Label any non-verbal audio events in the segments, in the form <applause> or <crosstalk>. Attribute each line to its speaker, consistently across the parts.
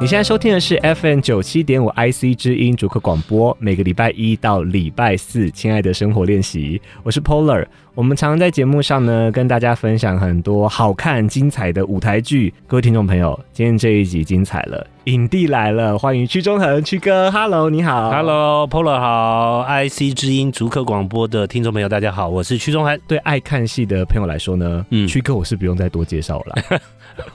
Speaker 1: 你现在收听的是 FM 九七点五 IC 之音主客广播，每个礼拜一到礼拜四，亲爱的生活练习，我是 Polar。我们常常在节目上呢，跟大家分享很多好看、精彩的舞台剧。各位听众朋友，今天这一集精彩了，影帝来了，欢迎屈中恒，屈哥，Hello，你好
Speaker 2: Hello，Polo 好，IC 之音逐客广播的听众朋友，大家好，我是屈中涵。
Speaker 1: 对爱看戏的朋友来说呢，
Speaker 2: 嗯
Speaker 1: 曲哥我是不用再多介绍了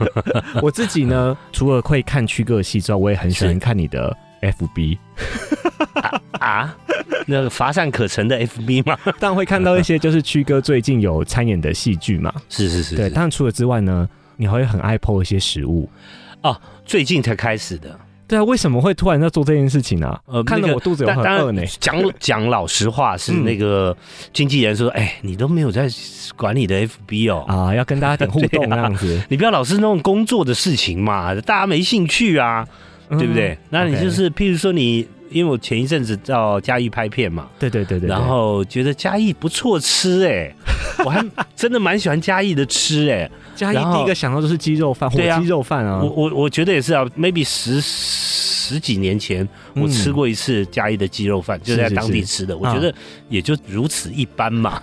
Speaker 2: <laughs>
Speaker 1: 啦。我自己呢，除了会看曲哥的戏之外，我也很喜欢
Speaker 2: 是
Speaker 1: 看你的 FB，
Speaker 2: 啊， <laughs> 那个乏善可陈的 FB 吗？
Speaker 1: 但会看到一些就是曲哥最近有参演的戏剧嘛。
Speaker 2: 是是 <laughs> 是
Speaker 1: 对，
Speaker 2: 是，
Speaker 1: 但除了之外呢，你还会很爱 PO 一些食物。
Speaker 2: 最近才开始的。
Speaker 1: 对啊，为什么会突然要做这件事情呢、啊？
Speaker 2: 呃
Speaker 1: 看
Speaker 2: 那
Speaker 1: 得
Speaker 2: 个
Speaker 1: 我肚子有
Speaker 2: 但
Speaker 1: 很
Speaker 2: 当
Speaker 1: 饿呢
Speaker 2: 然。讲讲老实话，是
Speaker 1: 嗯
Speaker 2: 那个经纪人说，哎，你都没有在管理的 FB 哦，
Speaker 1: 啊，要跟大家点互
Speaker 2: <laughs> 对
Speaker 1: 动那
Speaker 2: 啊
Speaker 1: 样子，
Speaker 2: 你不要老是弄工作的事情嘛，大家没兴趣啊，
Speaker 1: 嗯
Speaker 2: 对不对？那你
Speaker 1: OK
Speaker 2: 就是譬如说你，因为我前一阵子到嘉义拍片嘛，
Speaker 1: 对对对对，对
Speaker 2: 然后觉得嘉义不错吃哎、
Speaker 1: <laughs>
Speaker 2: 我还真的蛮喜欢嘉义的吃哎、
Speaker 1: 嘉义
Speaker 2: 然
Speaker 1: 第
Speaker 2: 后
Speaker 1: 一个想到就是鸡肉饭，火
Speaker 2: 对啊
Speaker 1: 鸡肉饭啊
Speaker 2: 我，我我觉得也是啊，maybe 十十几年前我
Speaker 1: 嗯
Speaker 2: 吃过一次嘉义的鸡肉饭，就是在
Speaker 1: 是嗯
Speaker 2: 当地
Speaker 1: 是
Speaker 2: 吃的，我觉得也就如此一
Speaker 1: <laughs>
Speaker 2: 般嘛，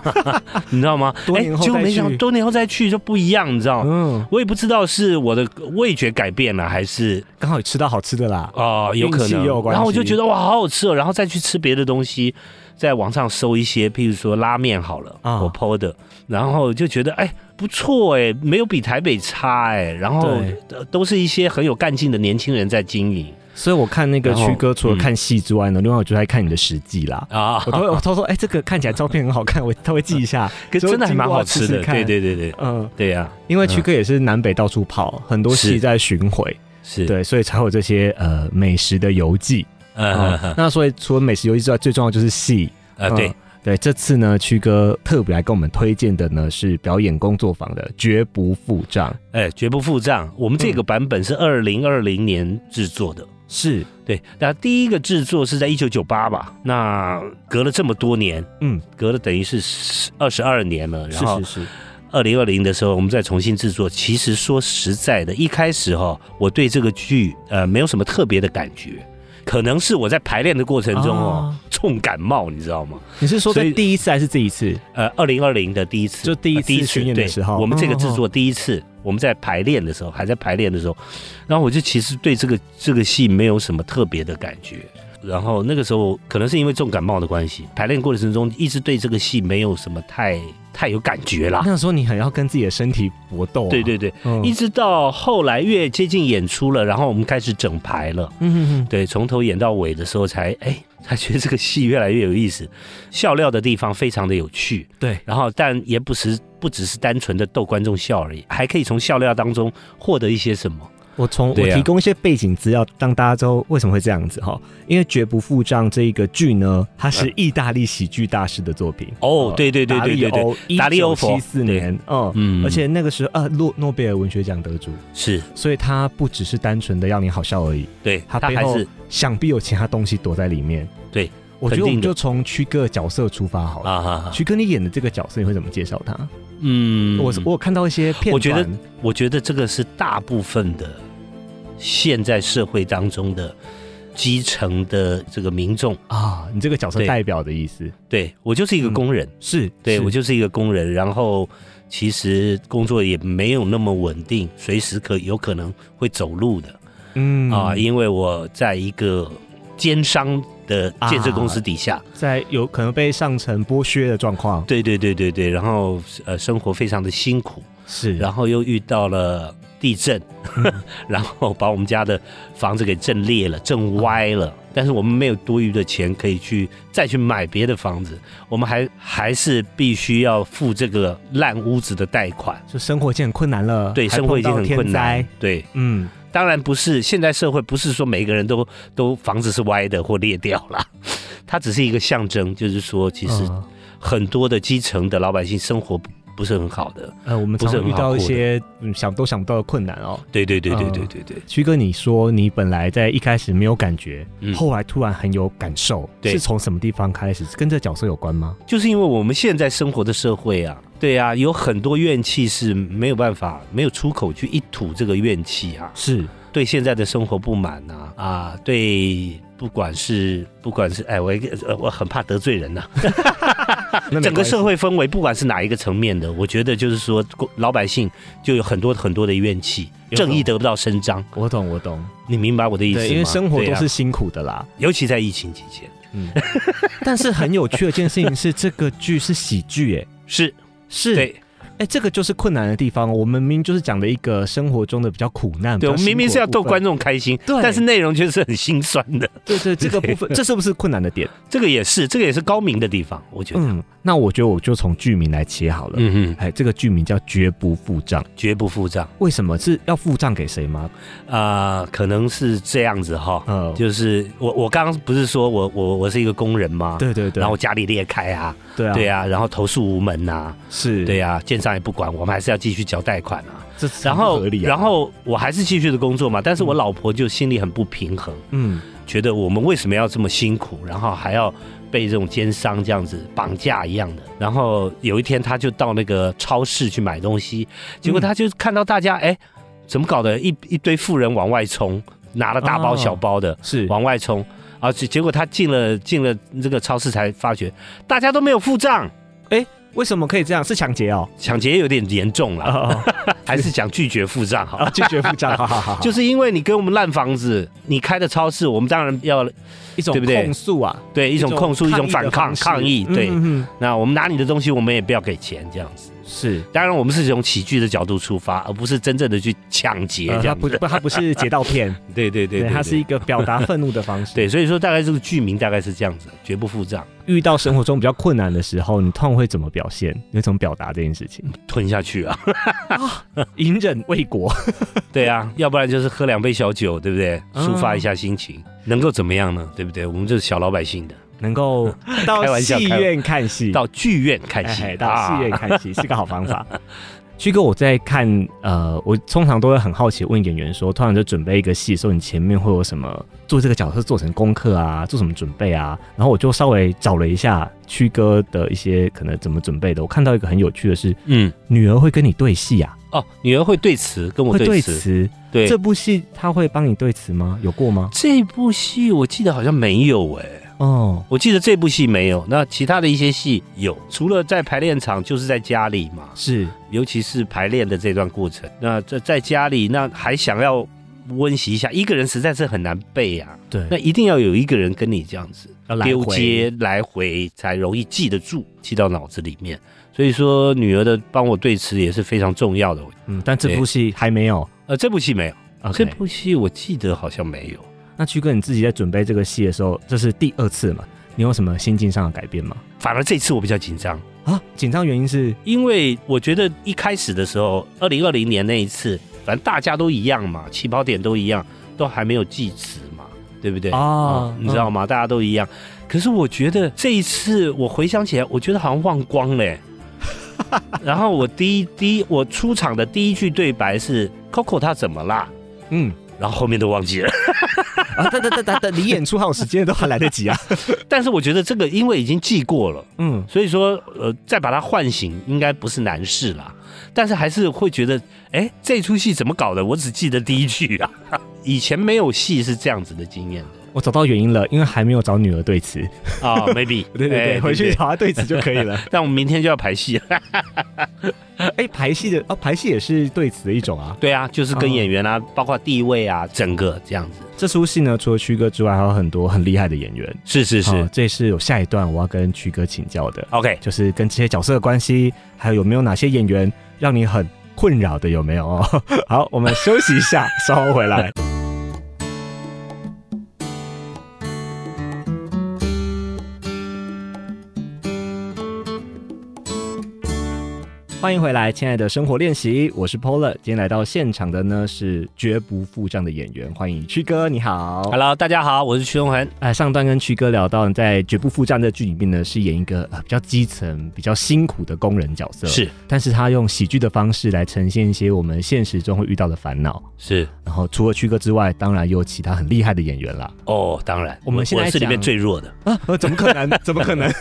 Speaker 2: 你知道吗？哎
Speaker 1: 多年后
Speaker 2: 结果
Speaker 1: 再
Speaker 2: 没想到
Speaker 1: 去
Speaker 2: 多年后再去就不一样，你知道吗？
Speaker 1: 嗯，
Speaker 2: 我也不知道是我的味觉改变了，还是
Speaker 1: 刚好也吃到好吃的啦。
Speaker 2: 哦、有可
Speaker 1: 运气也
Speaker 2: 能
Speaker 1: 有。关系
Speaker 2: 然后我就觉得哇，好好吃哦，然后再去吃别的东西，在网上搜一些，譬如说拉面好了，
Speaker 1: 啊
Speaker 2: 我 PO 的，然后就觉得哎不错哎，没有比台北差哎，然后
Speaker 1: 对
Speaker 2: 呃都是一些很有干劲的年轻人在经营
Speaker 1: 所以我看那个
Speaker 2: 然后
Speaker 1: 曲哥，除了看戏之外呢，另外我就在看你的实际啦。
Speaker 2: 啊 <laughs>
Speaker 1: 我都会我偷偷哎，这个看起来照片很好看，我他会记一下。
Speaker 2: 可真的还蛮好
Speaker 1: 就
Speaker 2: 吃
Speaker 1: 经
Speaker 2: 的，
Speaker 1: 过要试试看
Speaker 2: 对对对对
Speaker 1: 嗯，
Speaker 2: 对啊呀、
Speaker 1: 因为曲哥也是南北到处跑，很多戏
Speaker 2: 是
Speaker 1: 在巡回，
Speaker 2: 嗯是，
Speaker 1: 对，所以才有这些呃美食的游记。
Speaker 2: 嗯，
Speaker 1: 啊
Speaker 2: 嗯
Speaker 1: 那所以除了美食游记之外，最重要就是戏。
Speaker 2: 呃对
Speaker 1: 嗯，对，这次呢，曲哥特别来跟我们推荐的呢是表演工作坊的《绝不付账》，
Speaker 2: 哎绝不付账，我们这个版本是二零二零年制作的。
Speaker 1: 嗯是
Speaker 2: 对，那第一个制作是在一九九八吧，那隔了这么多年，
Speaker 1: 嗯，
Speaker 2: 隔了等于是二十二年了。然
Speaker 1: 是
Speaker 2: 后
Speaker 1: 是是，
Speaker 2: 二零二零的时候，我们再重新制作。其实说实在的，一开始哈、我对这个剧呃没有什么特别的感觉，可能是我在排练的过程中哦、
Speaker 1: 啊
Speaker 2: 重感冒，你知道吗？
Speaker 1: 你是说
Speaker 2: 所
Speaker 1: 在
Speaker 2: 以
Speaker 1: 第一次还是这一次？
Speaker 2: 呃，二零二零的第一次，
Speaker 1: 就第一
Speaker 2: 呃
Speaker 1: 次巡演的时候
Speaker 2: 对我们这个制
Speaker 1: 哦
Speaker 2: 作第一次，我们在排练的时候，还在排练的时候，然后我就其实对这个这个戏没有什么特别的感觉。然后那个时候可能是因为重感冒的关系，排练过程中一直对这个戏没有什么太太有感觉啦。
Speaker 1: 那时候你很要跟自己的身体搏斗啊、
Speaker 2: 对对对，
Speaker 1: 嗯，
Speaker 2: 啊一直到后来越接近演出了，然后我们开始整排了。
Speaker 1: 嗯嗯
Speaker 2: 对，从头演到尾的时候才哎， <laughs> 才觉得这个戏越来越有意思，笑料的地方非常的有趣。
Speaker 1: 对
Speaker 2: 然后但也不是不只是单纯的逗观众笑而已，还可以从笑料当中获得一些什么。
Speaker 1: 我从我
Speaker 2: 对啊
Speaker 1: 提供一些背景资料，让大家知道为什么会这样子哈。因为《绝不付账》这一个剧呢，它
Speaker 2: 啊
Speaker 1: 是意大利喜剧大师的作品。
Speaker 2: 哦对对对对对对
Speaker 1: 对
Speaker 2: 达利欧
Speaker 1: 七
Speaker 2: 佛
Speaker 1: 四年，嗯，
Speaker 2: 嗯
Speaker 1: 而且那个时候呃，诺诺贝尔文学奖得主，
Speaker 2: 是
Speaker 1: 所以他不只是单纯的让你好笑而已，
Speaker 2: 对，
Speaker 1: 他
Speaker 2: 他
Speaker 1: 背
Speaker 2: 还
Speaker 1: 后
Speaker 2: 是
Speaker 1: 想必有其他东西躲在里面。
Speaker 2: 对，
Speaker 1: 我觉得我
Speaker 2: 肯
Speaker 1: 们
Speaker 2: 定的
Speaker 1: 就从曲哥的角色出发好了。
Speaker 2: 啊哈哈，
Speaker 1: 曲哥，你演的这个角色，你会怎么介绍他？
Speaker 2: 嗯
Speaker 1: 我我有看到一些片段，
Speaker 2: 我觉得我觉得这个是大部分的现在社会当中的基层的这个民众。
Speaker 1: 啊，你这个角色
Speaker 2: 对
Speaker 1: 代表的意思
Speaker 2: 对我就是一个
Speaker 1: 嗯
Speaker 2: 工人，
Speaker 1: 是，
Speaker 2: 对
Speaker 1: 是
Speaker 2: 我就是一个工人，然后其实工作也没有那么稳定，随时可有可能会走路的
Speaker 1: 嗯
Speaker 2: 啊，因为我在一个奸商的建设公司底下，
Speaker 1: 在有可能被上层剥削的状况，
Speaker 2: 对对对对对，然后呃生活非常的辛苦，
Speaker 1: 是
Speaker 2: 然后又遇到了地震， <laughs> 然后把我们家的房子给震裂了，震歪了。但是我们没有多余的钱可以去再去买别的房子，我们还还是必须要付这个烂屋子的贷款。
Speaker 1: 就生活已经很困难了，
Speaker 2: 对，
Speaker 1: 还
Speaker 2: 生活已经
Speaker 1: 碰
Speaker 2: 很
Speaker 1: 到
Speaker 2: 困
Speaker 1: 天
Speaker 2: 难
Speaker 1: 灾。
Speaker 2: 对，
Speaker 1: 嗯，
Speaker 2: 当然不是现在社会不是说每个人都都房子是歪的或裂掉了， <laughs> 它只是一个象征，就是说其实
Speaker 1: 嗯
Speaker 2: 很多的基层的老百姓生活不不是很好的。
Speaker 1: 呃，我们
Speaker 2: 不
Speaker 1: 常
Speaker 2: 是
Speaker 1: 常
Speaker 2: 很
Speaker 1: 遇
Speaker 2: 好
Speaker 1: 到一
Speaker 2: 过的
Speaker 1: 些嗯想都想不到的困难哦。
Speaker 2: 对对对对
Speaker 1: 嗯
Speaker 2: 对对对，
Speaker 1: 曲哥，你说你本来在一开始没有感觉，
Speaker 2: 嗯
Speaker 1: 后来突然很有感受，
Speaker 2: 对
Speaker 1: 是从什么地方开始？跟这角色有关吗？
Speaker 2: 就是因为我们现在生活的社会啊，对啊，有很多怨气是没有办法没有出口去一吐这个怨气啊。
Speaker 1: 是，
Speaker 2: 对现在的生活不满呐、啊，对，不管是不管是哎，我一个呃我很怕得罪人呐、
Speaker 1: 那没
Speaker 2: 整个
Speaker 1: 关系
Speaker 2: 社会氛围，不管是哪一个层面的，我觉得就是说，老百姓就有很多很多的怨气，
Speaker 1: 有
Speaker 2: 正义得不到伸张。
Speaker 1: 我懂，我懂，
Speaker 2: 你明白我的意思吗？
Speaker 1: 对，因为生活
Speaker 2: 对
Speaker 1: 都
Speaker 2: 啊
Speaker 1: 是辛苦的啦。
Speaker 2: 尤其在疫情期间，
Speaker 1: 嗯，但是很有趣的一件事情是，这个剧是喜剧，哎，
Speaker 2: 是
Speaker 1: 是，
Speaker 2: 对
Speaker 1: 哎，这个就是困难的地方。哦我们明明就是讲的一个生活中的比较苦难，比
Speaker 2: 对，我
Speaker 1: 较
Speaker 2: 们
Speaker 1: 辛苦的
Speaker 2: 明明是要逗
Speaker 1: 部分
Speaker 2: 观，众开心，
Speaker 1: 对
Speaker 2: 但是内容却是很心酸的。 <laughs>
Speaker 1: 对对，这个部分，这是不是困难的点？
Speaker 2: 这个也是，这个也是高明的地方，我觉得。
Speaker 1: 嗯，那我觉得我就从剧名来切好了。
Speaker 2: 嗯哼，
Speaker 1: 哎，这个剧名叫《绝不付账》，
Speaker 2: 绝不付账
Speaker 1: 为什么是要付账给谁吗？
Speaker 2: 啊、可能是这样子哈，
Speaker 1: 呃，
Speaker 2: 就是我我刚刚不是说我我我是一个工人吗？，
Speaker 1: 对对对，
Speaker 2: 然后家里裂开啊，
Speaker 1: 对啊，
Speaker 2: 对啊，然后投诉无门呐、
Speaker 1: 是，
Speaker 2: 对啊，建商也不管，我们还是要继续缴贷款啊。
Speaker 1: 这是
Speaker 2: 然后
Speaker 1: 合理、啊。
Speaker 2: 然，后我还是继续的工作嘛，但是我老婆就心里很不平衡，
Speaker 1: 嗯，
Speaker 2: 觉得我们为什么要这么辛苦，然后还要被这种奸商这样子绑架一样的。然后有一天，他就到那个超市去买东西，结果
Speaker 1: 嗯
Speaker 2: 他就看到大家，哎、怎么搞的？一一堆富人往外冲，拿了大包
Speaker 1: 哦
Speaker 2: 小包的、
Speaker 1: 是，
Speaker 2: 往外冲，啊，结结果他进了进了这个超市才发觉，大家都没有付账，
Speaker 1: 为什么可以这样？是抢劫哦，
Speaker 2: 抢劫有点严重了，
Speaker 1: 哦 <laughs>
Speaker 2: 还是讲拒绝付账好了。
Speaker 1: 啊，拒绝付账，好好好，好
Speaker 2: 就是因为你给我们烂房子，你开的超市，我们当然要
Speaker 1: 一种
Speaker 2: 对不对
Speaker 1: 控诉啊，
Speaker 2: 对一种控诉，一种反抗抗议。对，
Speaker 1: 嗯嗯
Speaker 2: 那我们拿你的东西，我们也不要给钱这样子。
Speaker 1: 嗯是。
Speaker 2: 当然，我们是从喜剧的角度出发，而不是真正的去抢劫
Speaker 1: 呃
Speaker 2: 这
Speaker 1: 他
Speaker 2: 样
Speaker 1: 不
Speaker 2: 子。
Speaker 1: 不，他不是劫盗片，
Speaker 2: 啊对对 <laughs> 对
Speaker 1: 对，他是一个表达愤怒的方式。
Speaker 2: 对，所以说大概这个剧名大概是这样子，绝不付账，
Speaker 1: <laughs> 遇到生活中比较困难的时候，你通常会怎么表现？你会怎么表达这件事
Speaker 2: <laughs>
Speaker 1: 情？
Speaker 2: 吞下去啊。
Speaker 1: 隐忍为
Speaker 2: <laughs>
Speaker 1: 国，
Speaker 2: 对啊，要不然就是喝两杯小酒，对不对？
Speaker 1: 嗯
Speaker 2: 抒发一下心情，能够怎么样呢？对不对？我们就是小老百姓的，
Speaker 1: 能够到
Speaker 2: 开玩笑
Speaker 1: 戏
Speaker 2: 开玩
Speaker 1: 院看戏，
Speaker 2: 到剧院看
Speaker 1: 哎
Speaker 2: 戏，
Speaker 1: 嘿到戏院
Speaker 2: 啊
Speaker 1: 看戏、是个好方法。旭哥，我在看，呃，我通常都会很好奇问演员说，通常就准备一个戏的时候，你前面会有什么做这个角色做成功课啊，做什么准备啊？然后我就稍微找了一下旭哥的一些可能怎么准备的，我看到一个很有趣的是，
Speaker 2: 嗯，
Speaker 1: 女儿会跟你对戏啊，
Speaker 2: 哦，女儿会哦对词，跟我
Speaker 1: 会对
Speaker 2: 词，
Speaker 1: 词。
Speaker 2: 对。
Speaker 1: 这部戏她会帮你对词吗？有过吗？
Speaker 2: 这部戏我记得好像没有哎、
Speaker 1: 哦，
Speaker 2: 我记得这部戏没有，那其他的一些戏有，除了在排练场，就是在家里嘛，
Speaker 1: 哦是
Speaker 2: 尤其是排练的这段过程。那在在家里，那还想要温习一下，一个人实在是很难背啊，
Speaker 1: 对，
Speaker 2: 那一定要有一个人跟你这样子
Speaker 1: 要来
Speaker 2: 溜
Speaker 1: 回
Speaker 2: 接来回，才容易记得住，记到脑子里面。所以说，女儿的帮我对词也是非常重要的。
Speaker 1: 嗯，但这部戏还没有。
Speaker 2: 呃，这部戏没有
Speaker 1: o
Speaker 2: 这部戏我记得好像没有。
Speaker 1: 那曲哥你自己在准备这个戏的时候，这是第二次嘛？你有什么心境上的改变吗？
Speaker 2: 反而这次我比较紧张，
Speaker 1: 啊，紧张原因是
Speaker 2: 因为我觉得一开始的时候，二零二零年那一次，反正大家都一样嘛，起跑点都一样，都还没有记词嘛，对不对？
Speaker 1: 啊
Speaker 2: 你知道吗？大家都一样。可是我觉得这一次，我回想起来，我觉得好像忘
Speaker 1: <laughs>
Speaker 2: 光了欸。然后我第一第一我出场的第一句对白是 Coco 她怎么啦？
Speaker 1: 嗯
Speaker 2: 然后后面都忘记了。 <laughs>
Speaker 1: 啊，等等等等等，你演出还有时间都还来得及啊。
Speaker 2: 但是我觉得这个因为已经记过了。
Speaker 1: <laughs> 嗯，
Speaker 2: 所以说，呃，再把它唤醒应该不是难事啦，但是还是会觉得，哎，这出戏怎么搞的？我只记得第一句啊， <laughs> 以前没有戏是这样子的经验的
Speaker 1: 我找到原因了，因为还没有找女儿对词。 <laughs>
Speaker 2: 啊、m a y b e
Speaker 1: 对对对，回去。找她对词就可以了。
Speaker 2: 但我们明天就要排戏 <laughs> 了，
Speaker 1: <laughs> 哎，排戏的啊，排戏也是对词的一种啊。
Speaker 2: 对啊，就是跟
Speaker 1: 哦
Speaker 2: 演员啊，包括地位啊，整个这样子，
Speaker 1: 这出戏呢，除了曲哥之外，还有很多很厉害的演员。
Speaker 2: 是是是、
Speaker 1: 好这也是有下一段我要跟曲哥请教的，
Speaker 2: o k
Speaker 1: 就是跟这些角色的关系，还有有没有哪些演员让你很困扰的，有没有？ <laughs> 哦好，我们休息一下，稍后回来。欢迎回来，亲爱的生活练习，我是 Pola。今天来到现场的呢是绝不付账的演员，欢迎曲哥，你好。
Speaker 2: Hello，大家好，我是徐荣恒，
Speaker 1: 哎，上段跟曲哥聊到，在《绝不付账》这剧里面呢，是演一个呃比较基层、比较辛苦的工人角色，，
Speaker 2: 是
Speaker 1: 但是他用喜剧的方式来呈现一些我们现实中会遇到的烦恼。
Speaker 2: 是
Speaker 1: 然后除了曲哥之外，当然也有其他很厉害的演员 <laughs> 啦。
Speaker 2: 哦，当然，
Speaker 1: 我们现在
Speaker 2: 我是里面
Speaker 1: 讲
Speaker 2: 最弱的
Speaker 1: <laughs> 啊，呃怎么可能？怎么可能？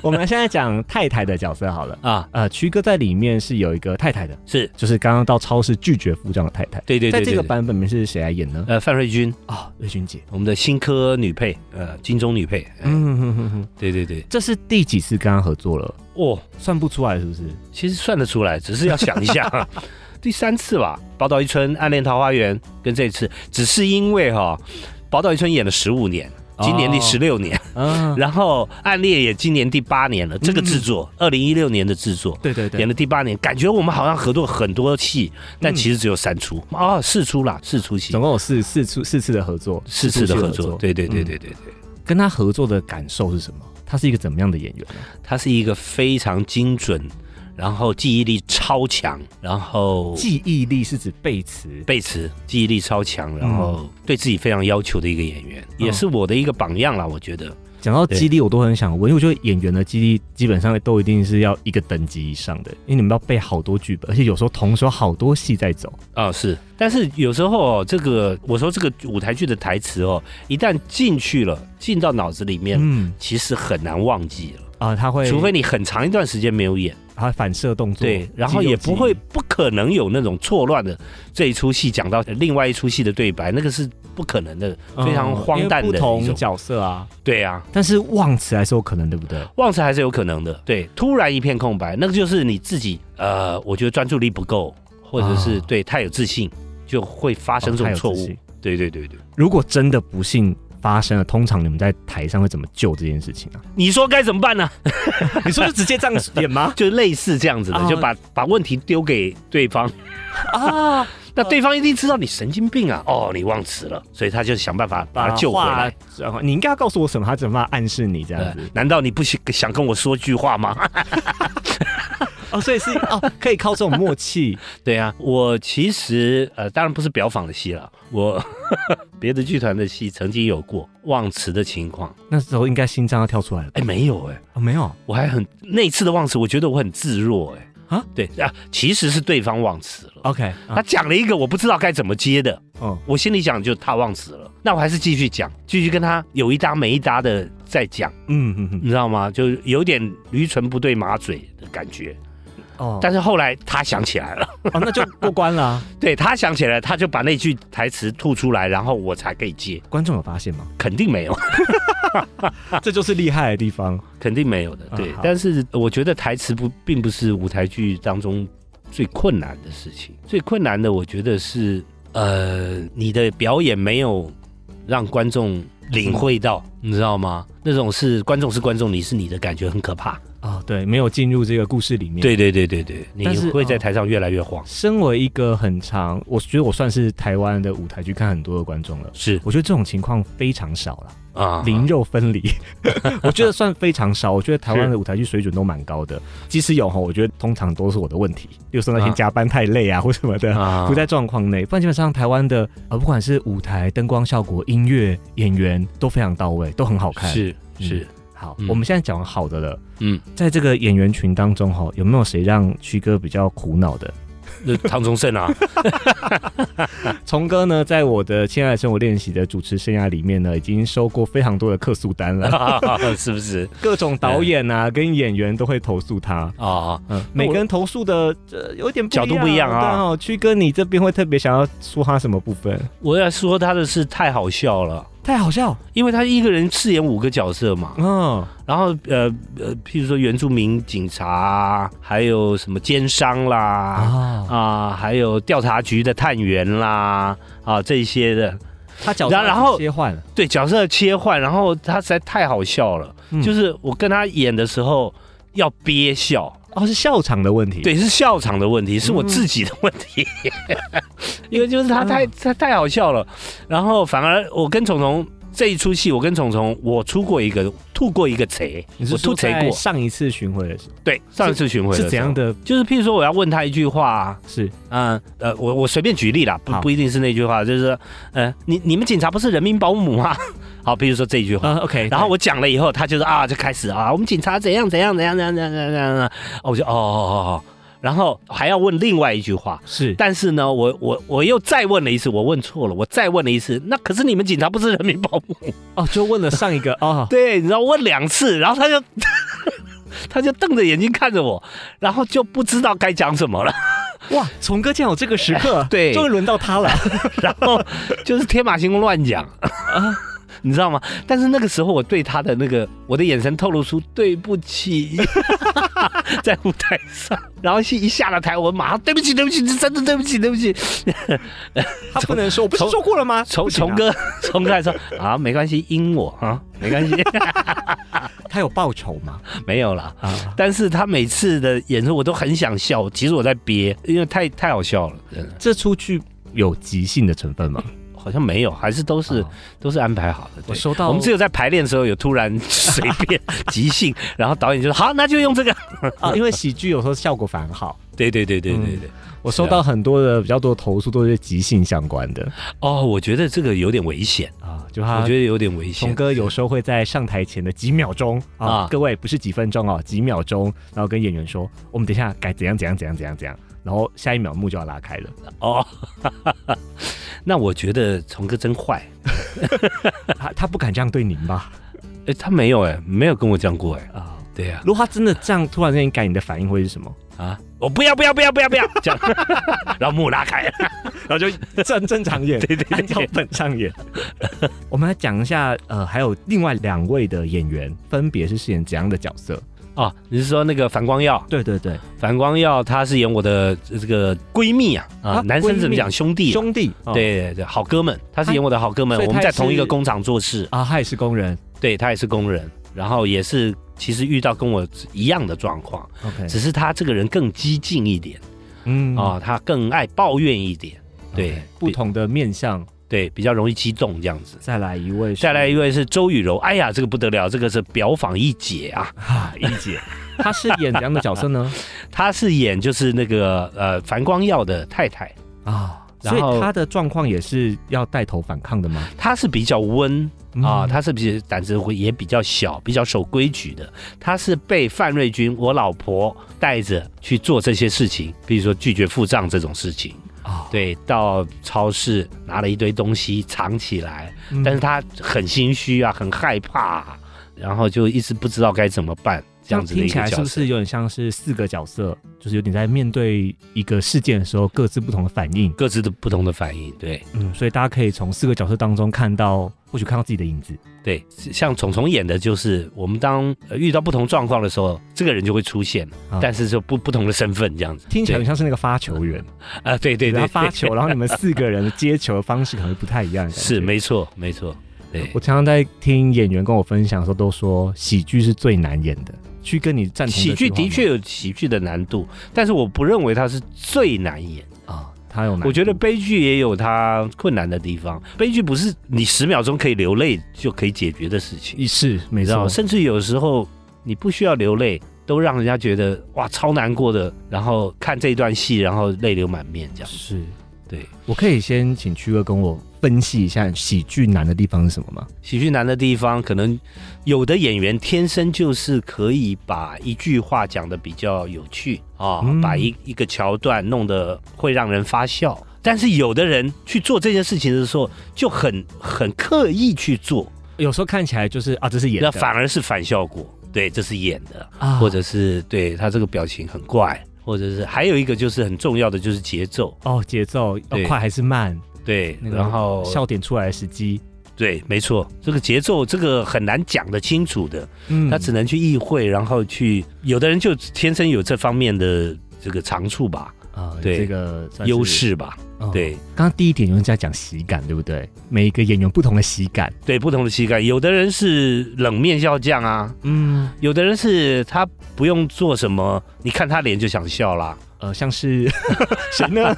Speaker 1: 我们现在讲太太的角色好了。
Speaker 2: 啊，
Speaker 1: 呃，曲哥在在里面是有一个太太的，
Speaker 2: 是
Speaker 1: 就是刚刚到超市拒绝付账的太太。
Speaker 2: 对对对
Speaker 1: 在
Speaker 2: 对
Speaker 1: 这个
Speaker 2: 对
Speaker 1: 版本里面是谁来演呢？
Speaker 2: 呃，范瑞君，
Speaker 1: 哦，瑞君姐。
Speaker 2: 我们的新科女配，呃，金钟女配，哎
Speaker 1: 嗯哼哼哼，
Speaker 2: 对对对，
Speaker 1: 这是第几次跟他合作了？
Speaker 2: 哦，
Speaker 1: 算不出来是不是？
Speaker 2: 其实算得出来，只是要想一下。 <laughs> 第三次吧，《宝岛一村》《暗恋桃花源》跟这次，只是因为哈、宝岛一村》演了十五年，
Speaker 1: 哦
Speaker 2: 今年第十
Speaker 1: <laughs>
Speaker 2: 六年，
Speaker 1: 啊，
Speaker 2: 然后《暗恋》也今年第八年了。这个制作，二零一六年的制作，
Speaker 1: 对对嗯对
Speaker 2: 演，了第八年，感觉我们好像合作很多戏，但
Speaker 1: 嗯
Speaker 2: 其实只有三出哦，四出啦，四出戏
Speaker 1: 总，共有四四次四次的合作，
Speaker 2: 四次的合
Speaker 1: 四
Speaker 2: 作，对对对
Speaker 1: 嗯
Speaker 2: 对对对。
Speaker 1: 跟他合作的感受是什么？他是一个怎么样的演员呢？
Speaker 2: 他是一个非常精准，然后记忆力超强，然后
Speaker 1: 记忆力是指背词，
Speaker 2: 背词记忆力超强，然
Speaker 1: 嗯
Speaker 2: 后对自己非常要求的一个演员，也是我的一个榜样啦。我觉得
Speaker 1: 讲到肌力，我都很想问，因为我觉得演员的肌力基本上都一定是要一个等级以上的，因为你们要背好多剧本，而且有时候同时有好多戏在走。
Speaker 2: 啊、是，但是有时候、哦、这个我说这个舞台剧的台词哦，一旦进去了，进到脑子里面，
Speaker 1: 嗯
Speaker 2: 其实很难忘记了。
Speaker 1: 啊，他会，
Speaker 2: 除非你很长一段时间没有演，
Speaker 1: 他反射动作，
Speaker 2: 对，然后也不会，不可能有那种错乱的这一出戏讲到另外一出戏的对白，那个是不可能的，
Speaker 1: 嗯
Speaker 2: 非常荒诞
Speaker 1: 因为
Speaker 2: 的
Speaker 1: 不
Speaker 2: 一
Speaker 1: 同
Speaker 2: 种。
Speaker 1: 角色啊。
Speaker 2: 对啊，
Speaker 1: 但是忘词还是有可能，对不对？
Speaker 2: 忘词还是有可能的。对，突然一片空白，那个就是你自己呃，我觉得专注力不够，或者是、
Speaker 1: 啊
Speaker 2: 对太有自信，就会发生
Speaker 1: 哦
Speaker 2: 这种
Speaker 1: 太有
Speaker 2: 错
Speaker 1: 自
Speaker 2: 误
Speaker 1: 信。
Speaker 2: 对对对对，
Speaker 1: 如果真的不幸发生了，通常你们在台上会怎么救这件事情啊？
Speaker 2: 你说该怎么办呢、
Speaker 1: <laughs> 你说是直接这样演吗？
Speaker 2: 就类似这样子的，
Speaker 1: 啊
Speaker 2: 就把把问题丢给对方。
Speaker 1: 啊，
Speaker 2: 那对方一定知道你神经病啊，哦，你忘词了，所以他就想办法把他救回来。
Speaker 1: 然哦后你应该要告诉我什么，他怎么暗示你这样
Speaker 2: 呃
Speaker 1: 子？
Speaker 2: 难道你不想想跟我说句话吗？ <laughs>
Speaker 1: 哦，所以是哦，可以靠这种默契。
Speaker 2: 对啊，我其实呃，当然不是表坊的戏了，我 <laughs> 别的剧团的戏曾经有过忘词的情况，
Speaker 1: <laughs> 那时候应该心脏要跳出来了吧。
Speaker 2: 哎，没有哎、
Speaker 1: 哦，没有
Speaker 2: 我还很那一次的忘词，我觉得我很自若哎、
Speaker 1: 啊，
Speaker 2: 对啊，其实是对方忘词了。
Speaker 1: ，OK，
Speaker 2: 他
Speaker 1: 啊，
Speaker 2: 讲了一个我不知道该怎么接的，
Speaker 1: 哦，
Speaker 2: 我心里想就他忘词了，那我还是继续讲，继续跟他有一搭没一搭的在讲，
Speaker 1: 嗯嗯嗯，
Speaker 2: 你知道吗？就有点驴唇不对马嘴的感觉。
Speaker 1: 哦，
Speaker 2: 但是后来他想起来了， <laughs>
Speaker 1: 哦，那就过关了啊。
Speaker 2: 对他想起来了，他就把那句台词吐出来，然后我才可以接，
Speaker 1: 观众有发现吗？
Speaker 2: 肯定没有，
Speaker 1: 这就是厉害的地方。
Speaker 2: 肯定没有的。对，
Speaker 1: 啊好
Speaker 2: 但是我觉得台词不并不是舞台剧当中最困难的事情，最困难的我觉得是呃，你的表演没有让观众领会到，
Speaker 1: 嗯
Speaker 2: 你知道吗？那种是观众是观众，你是你的感觉很可怕。
Speaker 1: 哦，对，没有进入这个故事里面。，
Speaker 2: 对对对对对，你
Speaker 1: 但是
Speaker 2: 会在
Speaker 1: 哦
Speaker 2: 台上越来越慌。
Speaker 1: 身为一个很长，我觉得我算是台湾的舞台剧看很多的观众了。
Speaker 2: 是
Speaker 1: 我觉得这种情况非常少了，
Speaker 2: 啊，
Speaker 1: 零肉分 <laughs> 离，我觉得算非常少。我觉得台湾
Speaker 2: 是
Speaker 1: 的舞台剧水准都蛮高的，即使有哈，我觉得通常都是我的问题，比如说那天
Speaker 2: 啊
Speaker 1: 加班太累啊 <laughs> 或什么的，
Speaker 2: 啊
Speaker 1: 不在状况内。不然基本上台湾的呃，不管是舞台、灯光效果、音乐、演员都非常到位，都很好看。
Speaker 2: 是
Speaker 1: 嗯
Speaker 2: 是，
Speaker 1: 好，
Speaker 2: 嗯
Speaker 1: 我们现在讲完好的了。
Speaker 2: 嗯，
Speaker 1: 在这个演员群当中哈，有没有谁让曲哥比较苦恼 <laughs> 的？
Speaker 2: 那唐宗
Speaker 1: <laughs>
Speaker 2: 盛啊， <laughs>
Speaker 1: 虫哥呢，在我的《亲爱的生活练习》的主持生涯里面呢，已经收过非常多的客诉单了，
Speaker 2: 是不是
Speaker 1: 各种导演啊跟演员都会投诉他。
Speaker 2: 啊？
Speaker 1: 嗯，每个人投诉的呃有点
Speaker 2: 角度不一样啊
Speaker 1: 对哦，曲哥，你这边会特别想要说他什么部分？
Speaker 2: 我要说他的是太好笑了。
Speaker 1: 太好笑，
Speaker 2: 因为他一个人饰演五个角色嘛，
Speaker 1: 嗯，
Speaker 2: 然后呃呃，譬如说原住民警察，还有什么奸商啦，
Speaker 1: 啊
Speaker 2: 啊，还有调查局的探员啦，啊这些的，
Speaker 1: 他角
Speaker 2: 然然后
Speaker 1: 切换了，
Speaker 2: 对角色的切换，然后他实在太好笑了，
Speaker 1: 嗯
Speaker 2: 就是我跟他演的时候要憋笑，
Speaker 1: 哦，是笑场的问题。，
Speaker 2: 对，是笑场的问题，是我
Speaker 1: 嗯
Speaker 2: 自己的问题， <laughs> 因为就是他
Speaker 1: 嗯
Speaker 2: 太他太好笑了，然后反而我跟虫虫这一出戏，我跟虫虫我出过一个吐过一个贼
Speaker 1: 你，是
Speaker 2: 我
Speaker 1: 说
Speaker 2: 吐贼
Speaker 1: 在
Speaker 2: 过，
Speaker 1: 上一次巡回的时候
Speaker 2: 对，上一次巡回
Speaker 1: 是怎样
Speaker 2: 的时
Speaker 1: 的？
Speaker 2: 候？就是譬如说我要问他一句话，
Speaker 1: 是
Speaker 2: 嗯呃，我我随便举例啦，不
Speaker 1: 好
Speaker 2: 不一定是那句话，就是呃，你你们警察不是人民保姆吗？ <laughs> 好，譬如说这一句话。
Speaker 1: 啊，OK，
Speaker 2: 然后我讲了以后，他就是啊，就开始啊，我们警察怎样怎样怎样怎样怎样怎样怎样，哦我就哦哦哦哦，然后还要问另外一句话，
Speaker 1: 是
Speaker 2: 但是呢，我我我又再问了一次，我问错了，我再问了一次。那可是你们警察不是人民保姆？
Speaker 1: <laughs> 哦，就问了上一个哦，
Speaker 2: 对，你知道问两次，然后他就 <laughs> 他就瞪着眼睛看着我，然后就不知道该讲什么了。 <laughs>
Speaker 1: 哇，崇哥竟然有这个时刻，
Speaker 2: 对
Speaker 1: 终于轮到他了。
Speaker 2: 然后就是天马行空乱讲， <laughs> 你知道吗？但是那个时候我对他的那个我的眼神透露出对不起， <laughs> 在舞台上，然后一下了台，我马上对不起，对不起，真的对不起，对不起。
Speaker 1: 他不能说，我不是
Speaker 2: <laughs> 从
Speaker 1: 说过了吗？
Speaker 2: 从
Speaker 1: 不行啊
Speaker 2: 从，哥从哥还说 <laughs> 啊，没关系，阴我啊，没关系， <laughs>
Speaker 1: 他有报仇吗？
Speaker 2: 没有啦。
Speaker 1: 啊，
Speaker 2: 但是他每次的演出我都很想笑，其实我在憋，因为太太好笑了，真的
Speaker 1: 这出剧有即兴的成分吗？
Speaker 2: 好像没有，还是都是、
Speaker 1: 啊
Speaker 2: 都是安排好的。对
Speaker 1: 我收到，
Speaker 2: 我们只有在排练的时候有突然 <laughs> 随便即兴，然后导演就说好，那就用这个。
Speaker 1: 啊，因为喜剧有时候效果反而好。
Speaker 2: <laughs> 对对对对对
Speaker 1: 嗯
Speaker 2: 对。
Speaker 1: 我收到很多的比较多的投诉都是即兴相关的
Speaker 2: 哦，我觉得这个有点危险，
Speaker 1: 啊，就
Speaker 2: 我
Speaker 1: 他
Speaker 2: 觉得有点危
Speaker 1: 童
Speaker 2: 险。
Speaker 1: 哥有时候会在上台前的几秒钟啊，
Speaker 2: 啊
Speaker 1: 各位不是几分钟哦，几秒钟，然后跟演员说，我们等一下该怎样怎样怎样怎样怎样，然后下一秒幕就要拉开了，
Speaker 2: <laughs> 哦， <laughs> 那我觉得虫哥真坏。
Speaker 1: 他他不敢这样对您吧？
Speaker 2: 哎，他没有哎，没有跟我讲过哎。
Speaker 1: <laughs> 啊，
Speaker 2: 对呀、
Speaker 1: 如果他真的这样突然间改，你的反应会是什么？
Speaker 2: 啊，我不要不要不要不要不要， <laughs> 这样，然后幕拉开了。
Speaker 1: <laughs> 然后就正正常 <laughs> 演，
Speaker 2: 对对对
Speaker 1: 按照本上演。 <laughs> 我们来讲一下，呃，还有另外两位的演员分别是饰演怎样的角色？
Speaker 2: <laughs> 哦，你是说那个樊光耀？
Speaker 1: 对对对，
Speaker 2: 樊光耀她是演我的呃这个闺蜜啊啊，
Speaker 1: 啊
Speaker 2: 男生怎么
Speaker 1: 闺
Speaker 2: 讲
Speaker 1: 蜜
Speaker 2: 兄弟啊、
Speaker 1: 兄弟，哦
Speaker 2: 对对对，好哥们，他是演我的好哥们
Speaker 1: 啊，所以
Speaker 2: 我
Speaker 1: 他
Speaker 2: 们在同一个
Speaker 1: 也是
Speaker 2: 工厂做事，
Speaker 1: 啊，他也是工人
Speaker 2: 对他也是工人，然后也是其实遇到跟我一样的状况，
Speaker 1: ，OK，
Speaker 2: 只是他这个人更激进一点
Speaker 1: 嗯
Speaker 2: 啊，他更爱抱怨一点，对
Speaker 1: OK，不
Speaker 2: 比
Speaker 1: 同的面相，
Speaker 2: 对，比较容易激动这样子。
Speaker 1: 再来一位是，
Speaker 2: 再来一位是周雨柔，哎呀，这个不得了，这个是表坊一姐啊，
Speaker 1: 啊，一 <laughs> 姐，她是演怎样的角色呢？
Speaker 2: <laughs> 她是演就是那个呃樊光耀的太太，
Speaker 1: 啊，
Speaker 2: 然
Speaker 1: 所
Speaker 2: 后
Speaker 1: 以她的状况也是要带头反抗的吗？
Speaker 2: 她是比较温啊，
Speaker 1: 嗯
Speaker 2: 他是比较胆子会也比较小，比较守规矩的。他是被范瑞军我老婆带着去做这些事情，比如说拒绝付账这种事情。
Speaker 1: 啊，
Speaker 2: 对，到超市拿了一堆东西藏起来，
Speaker 1: 嗯
Speaker 2: 但是他很心虚啊，很害怕啊、然后就一直不知道该怎么办。这
Speaker 1: 这
Speaker 2: 样
Speaker 1: 样
Speaker 2: 子的一
Speaker 1: 听起
Speaker 2: 个
Speaker 1: 来是
Speaker 2: 角
Speaker 1: 不
Speaker 2: 色，
Speaker 1: 是有点像是四个角色，就是有点在面对一个事件的时候各自不同的反应？
Speaker 2: 各自的不同的反应。对
Speaker 1: 嗯，所以大家可以从四个角色当中看到，或许看到自己的影子。
Speaker 2: 对，像虫虫演的就是我们当呃遇到不同状况的时候，这个人就会出现，
Speaker 1: 啊
Speaker 2: 但是就不不同的身份这样子。
Speaker 1: 听起来很
Speaker 2: 对
Speaker 1: 像是那个发球员，
Speaker 2: 啊，对对
Speaker 1: 给他
Speaker 2: 对，
Speaker 1: 发
Speaker 2: <laughs>
Speaker 1: 球，然后你们四个人接球的方式可能会不太一样的感觉。
Speaker 2: 是，没错，没错，对
Speaker 1: 我，常常在听演员跟我分享的时候，都说喜剧是最难演的。去跟你赞同
Speaker 2: 喜剧
Speaker 1: 这句话
Speaker 2: 的
Speaker 1: 吗
Speaker 2: 确有喜剧的难度，但是我不认为它是最难演。
Speaker 1: 啊，他有难度。
Speaker 2: 我觉得悲剧也有它困难的地方，悲剧不是你十秒钟可以流泪就可以解决的事情，
Speaker 1: 一是没
Speaker 2: 你知道
Speaker 1: 错
Speaker 2: 吗？，甚至有时候你不需要流泪，都让人家觉得哇超难过的，然后看这一段戏，然后泪流满面这样。
Speaker 1: 是
Speaker 2: 对，
Speaker 1: 我可以先请曲哥跟我分析一下喜剧难的地方是什么吗？
Speaker 2: 喜剧难的地方，可能有的演员天生就是可以把一句话讲的比较有趣啊，
Speaker 1: 嗯
Speaker 2: 把一一个桥段弄得会让人发笑。但是有的人去做这件事情的时候，就很很刻意去做，
Speaker 1: 有时候看起来就是啊，这是演
Speaker 2: 那
Speaker 1: 的，
Speaker 2: 反而是反效果。对，这是演的，
Speaker 1: 啊
Speaker 2: 或者是对他这个表情很怪，或者是还有一个就是很重要的就是节奏，
Speaker 1: 哦节奏要
Speaker 2: 对
Speaker 1: 快还是慢，
Speaker 2: 对，
Speaker 1: 那个
Speaker 2: 然后
Speaker 1: 笑点出来的时机，
Speaker 2: 对，没错，这个节奏这个很难讲得清楚的。
Speaker 1: 嗯
Speaker 2: 他只能去意会，然后去有的人就天生有这方面的这个长处吧，
Speaker 1: 啊
Speaker 2: 对
Speaker 1: 这个算是
Speaker 2: 优。势吧，
Speaker 1: 哦
Speaker 2: 对
Speaker 1: 刚刚第一点有人在讲喜感，对不对？每一个演员不同的喜感，
Speaker 2: 对，不同的喜感，有的人是冷面笑匠啊，
Speaker 1: 嗯，
Speaker 2: 有的人是他不用做什么，你看他脸就想笑啦。
Speaker 1: 呃，像
Speaker 2: <laughs>
Speaker 1: 是谁呢？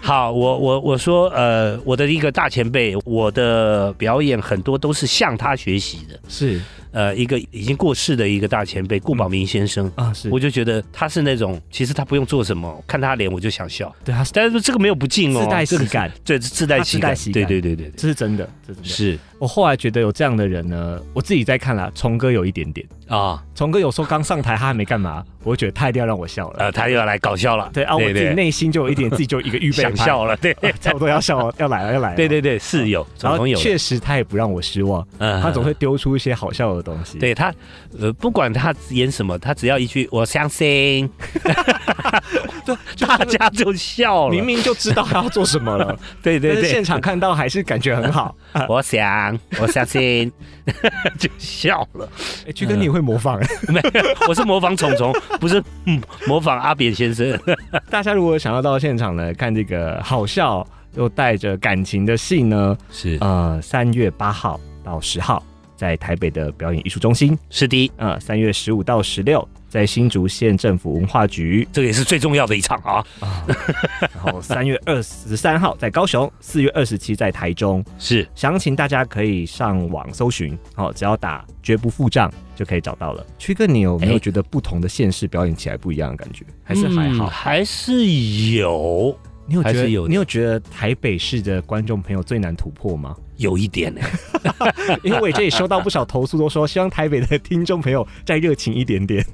Speaker 2: 好，我我我说，呃，我的一个大前辈，我的表演很多都是向他学习的，
Speaker 1: 是
Speaker 2: 呃，一个已经过世的一个大前辈顾宝明先生。
Speaker 1: 啊，是
Speaker 2: 我就觉得他是那种，其实他不用做什么，看他脸我就想笑。
Speaker 1: 对他是
Speaker 2: 但是这个没有不敬哦，
Speaker 1: 自带
Speaker 2: 这
Speaker 1: 喜
Speaker 2: 哦个是
Speaker 1: 感，
Speaker 2: 对，自带
Speaker 1: 他
Speaker 2: 喜
Speaker 1: 自带
Speaker 2: 感，
Speaker 1: 喜
Speaker 2: 对
Speaker 1: 感
Speaker 2: 对对对对，
Speaker 1: 这是真的，这是真的。
Speaker 2: 是
Speaker 1: 我后来觉得有这样的人呢，我自己在看啦，虫哥有一点点。
Speaker 2: 啊，
Speaker 1: 虫哥有时候刚上台，他还没干嘛，我就觉得他一定要让我笑了。
Speaker 2: 呃，他又要来搞笑了，
Speaker 1: 对啊，我自己内心就有一点，自己就一个预
Speaker 2: <laughs>
Speaker 1: 备
Speaker 2: 想
Speaker 1: 拍， <laughs>
Speaker 2: 笑了，对
Speaker 1: 差不多要笑，要来了，要来了。
Speaker 2: 对对对，是有，
Speaker 1: 然
Speaker 2: 总
Speaker 1: 后
Speaker 2: 统有的，
Speaker 1: 确实他也不让我失望，
Speaker 2: 嗯
Speaker 1: 他总会丢出一些好笑的的东西。，
Speaker 2: 对他，呃，不管他演什么，他只要一句“我相信”，
Speaker 1: <laughs>
Speaker 2: 大家就笑了。
Speaker 1: 明明就知道他要做什么了，
Speaker 2: 对对
Speaker 1: 但是
Speaker 2: 对
Speaker 1: 现，场看到还是感觉很好。
Speaker 2: 我想，我相信，就笑了。
Speaker 1: <laughs>
Speaker 2: <laughs>
Speaker 1: 哎，菊哥，你也会模仿。 <laughs>
Speaker 2: 没有，我是模仿虫虫，不是嗯模仿阿扁先
Speaker 1: <laughs>
Speaker 2: 生。
Speaker 1: 大家如果想要到现场来看这个好笑又带着感情的戏呢，
Speaker 2: 是
Speaker 1: 呃，三月八号到十号在台北的表演艺术中心，
Speaker 2: 是的，
Speaker 1: 呃，三月十五到十六在新竹县政府文化局， <laughs>
Speaker 2: 这个也是最重要的一场啊。
Speaker 1: 然后三月二十三号在高雄，四月二十七在台中。
Speaker 2: 是
Speaker 1: 详情大家可以上网搜寻，好、只要打“绝不付账”就可以找到了。曲哥，你有没有
Speaker 2: 哎
Speaker 1: 觉得不同的县市表演起来不一样的感觉？还是还好？
Speaker 2: 嗯还是有
Speaker 1: 你有觉
Speaker 2: 还
Speaker 1: 得
Speaker 2: 是有的
Speaker 1: 你有觉得台北市的观众朋友最难突破吗？ <laughs>
Speaker 2: 有一点呢、
Speaker 1: 因为我这里收到不少投诉，都说希望台北的听众朋友再热情一点点。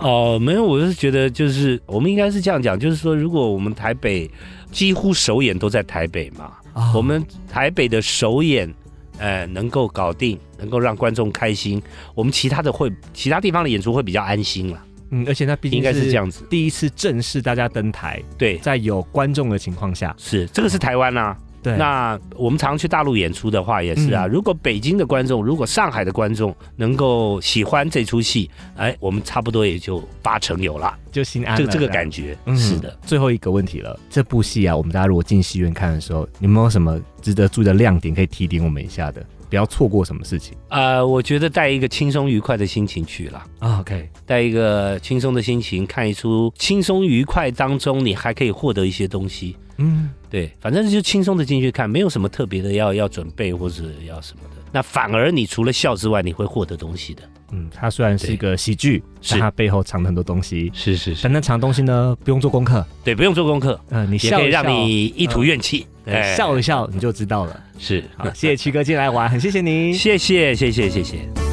Speaker 2: 哦，没有，我是觉得就是我们应该是这样讲，就是说，如果我们台北几乎首演都在台北嘛，
Speaker 1: 哦
Speaker 2: 我们台北的首演，呃，能够搞定，能够让观众开心，我们其他的会，其他地方的演出会比较安心了，
Speaker 1: 嗯，而且那毕竟
Speaker 2: 应该是
Speaker 1: 是
Speaker 2: 这样子。
Speaker 1: 第一次正式大家登台，
Speaker 2: 对，
Speaker 1: 在有观众的情况下，
Speaker 2: 是这个是台湾啦、
Speaker 1: 对，
Speaker 2: 那我们常去大陆演出的话，也是啊。
Speaker 1: 嗯
Speaker 2: 如果北京的观众，如果上海的观众能够喜欢这出戏，哎，我们差不多也就八成有了。
Speaker 1: 就心安了。
Speaker 2: 这个这个
Speaker 1: 这样
Speaker 2: 感觉、
Speaker 1: 嗯
Speaker 2: 是的。
Speaker 1: 最后一个问题了，这部戏啊，我们大家如果进戏院看的时候，有没有什么值得注意的亮点可以提点我们一下的？不要错过什么事情
Speaker 2: 呃，我觉得带一个轻松愉快的心情去了，
Speaker 1: 啊？OK，
Speaker 2: 带一个轻松的心情看一出，轻松愉快当中你还可以获得一些东西。
Speaker 1: 嗯，
Speaker 2: 对，反正就轻松的进去看，没有什么特别的要要准备或者要什么的。那反而你除了笑之外，你会获得东西的。
Speaker 1: 嗯，它虽然是一个喜剧，
Speaker 2: 是
Speaker 1: 但它背后藏了很多东西。
Speaker 2: 是是
Speaker 1: 但，那藏的东西呢，不用做功课，
Speaker 2: 对，不用做功课，
Speaker 1: 嗯、你
Speaker 2: 也
Speaker 1: 笑
Speaker 2: 可以
Speaker 1: 一笑，嗯
Speaker 2: 让你哎一吐怨气。
Speaker 1: 对笑一笑你就知道了。
Speaker 2: 是，
Speaker 1: 好，谢谢七哥进来玩，很谢谢你，
Speaker 2: 谢谢谢谢谢谢。